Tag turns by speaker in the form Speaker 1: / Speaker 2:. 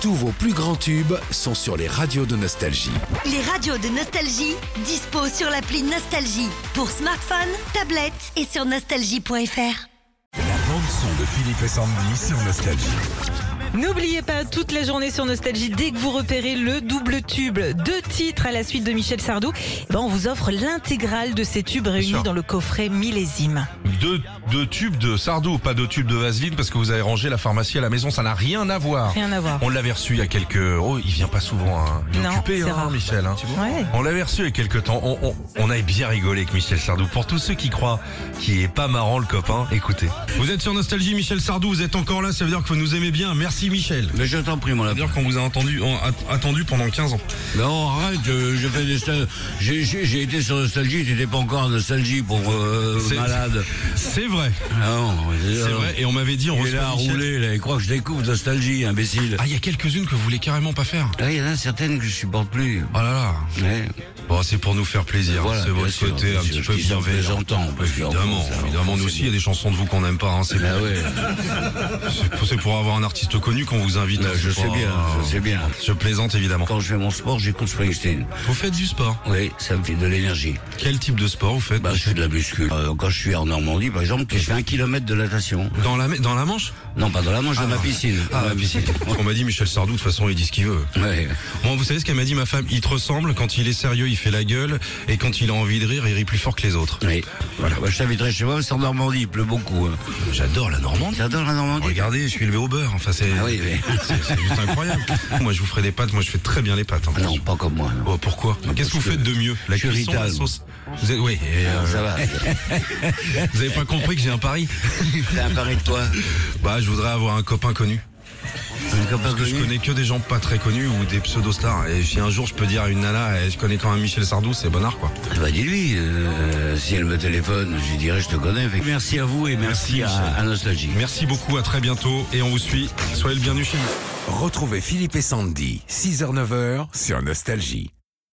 Speaker 1: Tous vos plus grands tubes sont sur les radios de Nostalgie.
Speaker 2: Les radios de Nostalgie disposent sur l'appli Nostalgie pour smartphone, tablette et sur nostalgie.fr.
Speaker 3: La bande son de Philippe et Sandy sur Nostalgie.
Speaker 4: N'oubliez pas toute la journée sur Nostalgie dès que vous repérez le double tube, deux titres à la suite de Michel Sardou, eh ben on vous offre l'intégrale de ces tubes réunis
Speaker 5: sûr.
Speaker 4: dans le coffret millésime.
Speaker 5: Deux, deux tubes de Sardou, pas deux tubes de Vaseline parce que vous avez rangé la pharmacie à la maison, ça n'a rien à voir.
Speaker 4: Rien à voir.
Speaker 5: On l'avait reçu il y a quelques... Oh, il vient pas souvent, hein. Il est
Speaker 4: Non,
Speaker 5: occupé,
Speaker 4: c'est
Speaker 5: hein,
Speaker 4: rare.
Speaker 5: Michel. hein.
Speaker 4: Ouais.
Speaker 5: On l'avait reçu il y a quelques temps. On, on, on avait bien rigolé avec Michel Sardou. Pour tous ceux qui croient qu'il est pas marrant le copain, écoutez.
Speaker 6: Vous êtes sur Nostalgie, Michel Sardou, vous êtes encore là, ça veut dire que vous nous aimez bien. Merci Michel.
Speaker 7: Mais je t'en prie, mon
Speaker 6: Ça veut
Speaker 7: lapin.
Speaker 6: dire qu'on vous a entendu, on- at- attendu pendant 15 ans.
Speaker 7: Non, arrête, euh, je fais des sta- j'ai- J'ai j'ai été sur Nostalgie, t'étais pas encore en Nostalgie pour euh,
Speaker 6: C'est-
Speaker 7: malade. Ah
Speaker 6: C'est vrai,
Speaker 7: Non,
Speaker 6: c'est vrai. Et on m'avait dit, on
Speaker 7: Il est
Speaker 6: reçoit
Speaker 7: là à
Speaker 6: Michel.
Speaker 7: rouler, là. Il croit que je découvre Nostalgie, imbécile.
Speaker 6: Ah, il y a quelques-unes que vous voulez carrément pas faire.
Speaker 7: Là, il y en a certaines que je supporte plus.
Speaker 6: Oh là là.
Speaker 7: Ouais.
Speaker 6: Bon, c'est pour nous faire plaisir.
Speaker 7: Voilà,
Speaker 6: c'est
Speaker 7: bien
Speaker 6: votre
Speaker 7: sûr,
Speaker 6: côté
Speaker 7: bien
Speaker 6: un
Speaker 7: sûr,
Speaker 6: petit
Speaker 7: je
Speaker 6: peu
Speaker 7: dis ça en
Speaker 6: bienveillant.
Speaker 7: plaisantant, parce que,
Speaker 6: Évidemment,
Speaker 7: enfin, ça,
Speaker 6: évidemment, nous aussi, il y a des chansons de vous qu'on n'aime pas. hein, C'est
Speaker 7: Ah ouais,
Speaker 6: c'est pour, c'est pour avoir un artiste connu qu'on vous invite.
Speaker 7: là,
Speaker 6: hein,
Speaker 7: Bah, je
Speaker 6: c'est
Speaker 7: sais
Speaker 6: pas-
Speaker 7: bien, je sais bien.
Speaker 6: Je plaisante évidemment.
Speaker 7: Quand je fais mon sport, j'écoute Springsteen.
Speaker 6: Vous faites du sport.
Speaker 7: Oui, ça me fait de l'énergie.
Speaker 6: Quel type de sport vous faites
Speaker 7: Bah, je fais de la muscu. Euh, quand je suis en Normandie, par exemple, je fais un kilomètre de natation.
Speaker 6: Dans la dans la manche
Speaker 7: Non, pas dans la manche, dans ma piscine.
Speaker 6: Ah,
Speaker 7: Dans ma piscine.
Speaker 6: On m'a dit Michel Sardou, de toute façon, il dit ce qu'il veut.
Speaker 7: Ouais.
Speaker 6: Bon, vous savez ce qu'elle m'a dit, ma femme Il te ressemble, quand il est sérieux, il fait la gueule, et quand il a envie de rire, il rit plus fort que les autres.
Speaker 7: Oui. Voilà. Bah, je t'inviterai chez moi, c'est en Normandie, il pleut beaucoup. hein.
Speaker 6: J'adore la Normandie.
Speaker 7: T'adores la Normandie
Speaker 6: Regardez, je suis élevé au beurre, enfin c'est
Speaker 7: Ah oui, oui.
Speaker 6: c'est- c'est juste incroyable. moi je vous ferai des pâtes, moi je fais très bien les pâtes. hein.
Speaker 7: Ah Non, pas comme moi. non.
Speaker 6: Oh, pourquoi Qu'est-ce que vous
Speaker 7: parce
Speaker 6: faites
Speaker 7: que
Speaker 6: de mieux La
Speaker 7: je suis
Speaker 6: cuisson, la
Speaker 7: Rital.
Speaker 6: sauce vous avez, oui, et, euh,
Speaker 7: Ça va.
Speaker 6: vous avez pas compris que j'ai un pari
Speaker 7: T'es un pari de toi.
Speaker 6: Bah je voudrais avoir un copain connu.
Speaker 7: Un copain
Speaker 6: Parce que je
Speaker 7: connu.
Speaker 6: connais que des gens pas très connus ou des pseudo-stars. Et si un jour je peux dire à une nana, eh, je connais quand même Michel Sardou, c'est bonnard quoi.
Speaker 7: Eh ben, dis-lui, euh, si elle me téléphone, je lui dirai, je te connais. Fait que Merci à vous et merci, à, à Nostalgie.
Speaker 6: Merci beaucoup, à très bientôt et on vous suit. Soyez le bienvenu chez nous.
Speaker 1: Retrouvez Philippe et Sandy, 6h-9h sur Nostalgie.